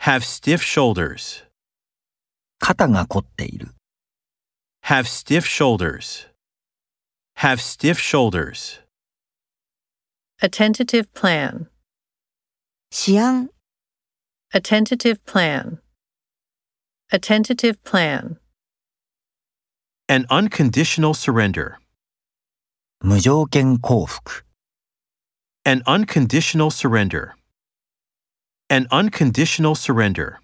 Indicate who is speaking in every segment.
Speaker 1: have stiff shoulders,
Speaker 2: 肩が凝っている。
Speaker 1: have stiff shoulders, have stiff shoulders.
Speaker 3: A tentative plan.
Speaker 4: 試案
Speaker 3: A tentative plan. A tentative plan.
Speaker 1: An unconditional surrender,
Speaker 2: 無条件降伏。
Speaker 1: an unconditional surrender, an unconditional surrender.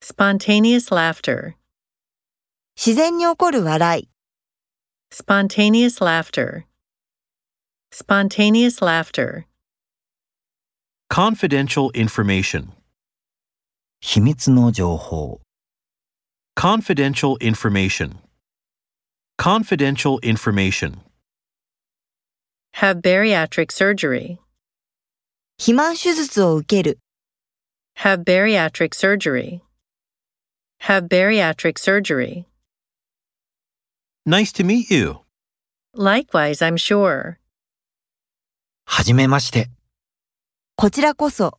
Speaker 3: Spontaneous laughter.
Speaker 4: 自然に起こる笑い
Speaker 3: Spontaneous laughter. Spontaneous laughter.
Speaker 1: Confidential information,
Speaker 2: 秘密の情報。
Speaker 1: confidential information, confidential information.
Speaker 3: Have bariatric surgery.
Speaker 4: 肥満手術を受ける
Speaker 3: Have bariatric surgery. Have bariatric surgery.
Speaker 1: Nice to meet you.
Speaker 3: Likewise, I'm sure.
Speaker 2: はじめまして。
Speaker 4: こちらこそ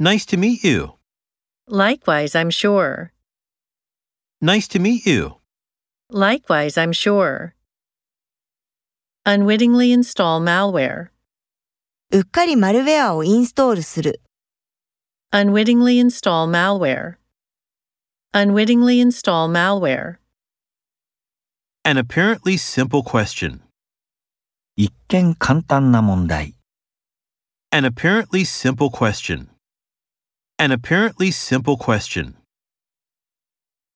Speaker 1: Nice to meet you.
Speaker 3: Likewise, I'm sure.
Speaker 1: Nice to meet you.
Speaker 3: Likewise, I'm sure. Unwittingly install malware.
Speaker 4: うっかりマルウェアをインストールする
Speaker 3: Unwittingly install malware. Unwittingly install malware.
Speaker 1: An apparently simple question.
Speaker 2: 一見簡単な問題。
Speaker 1: An apparently simple question. An apparently simple question.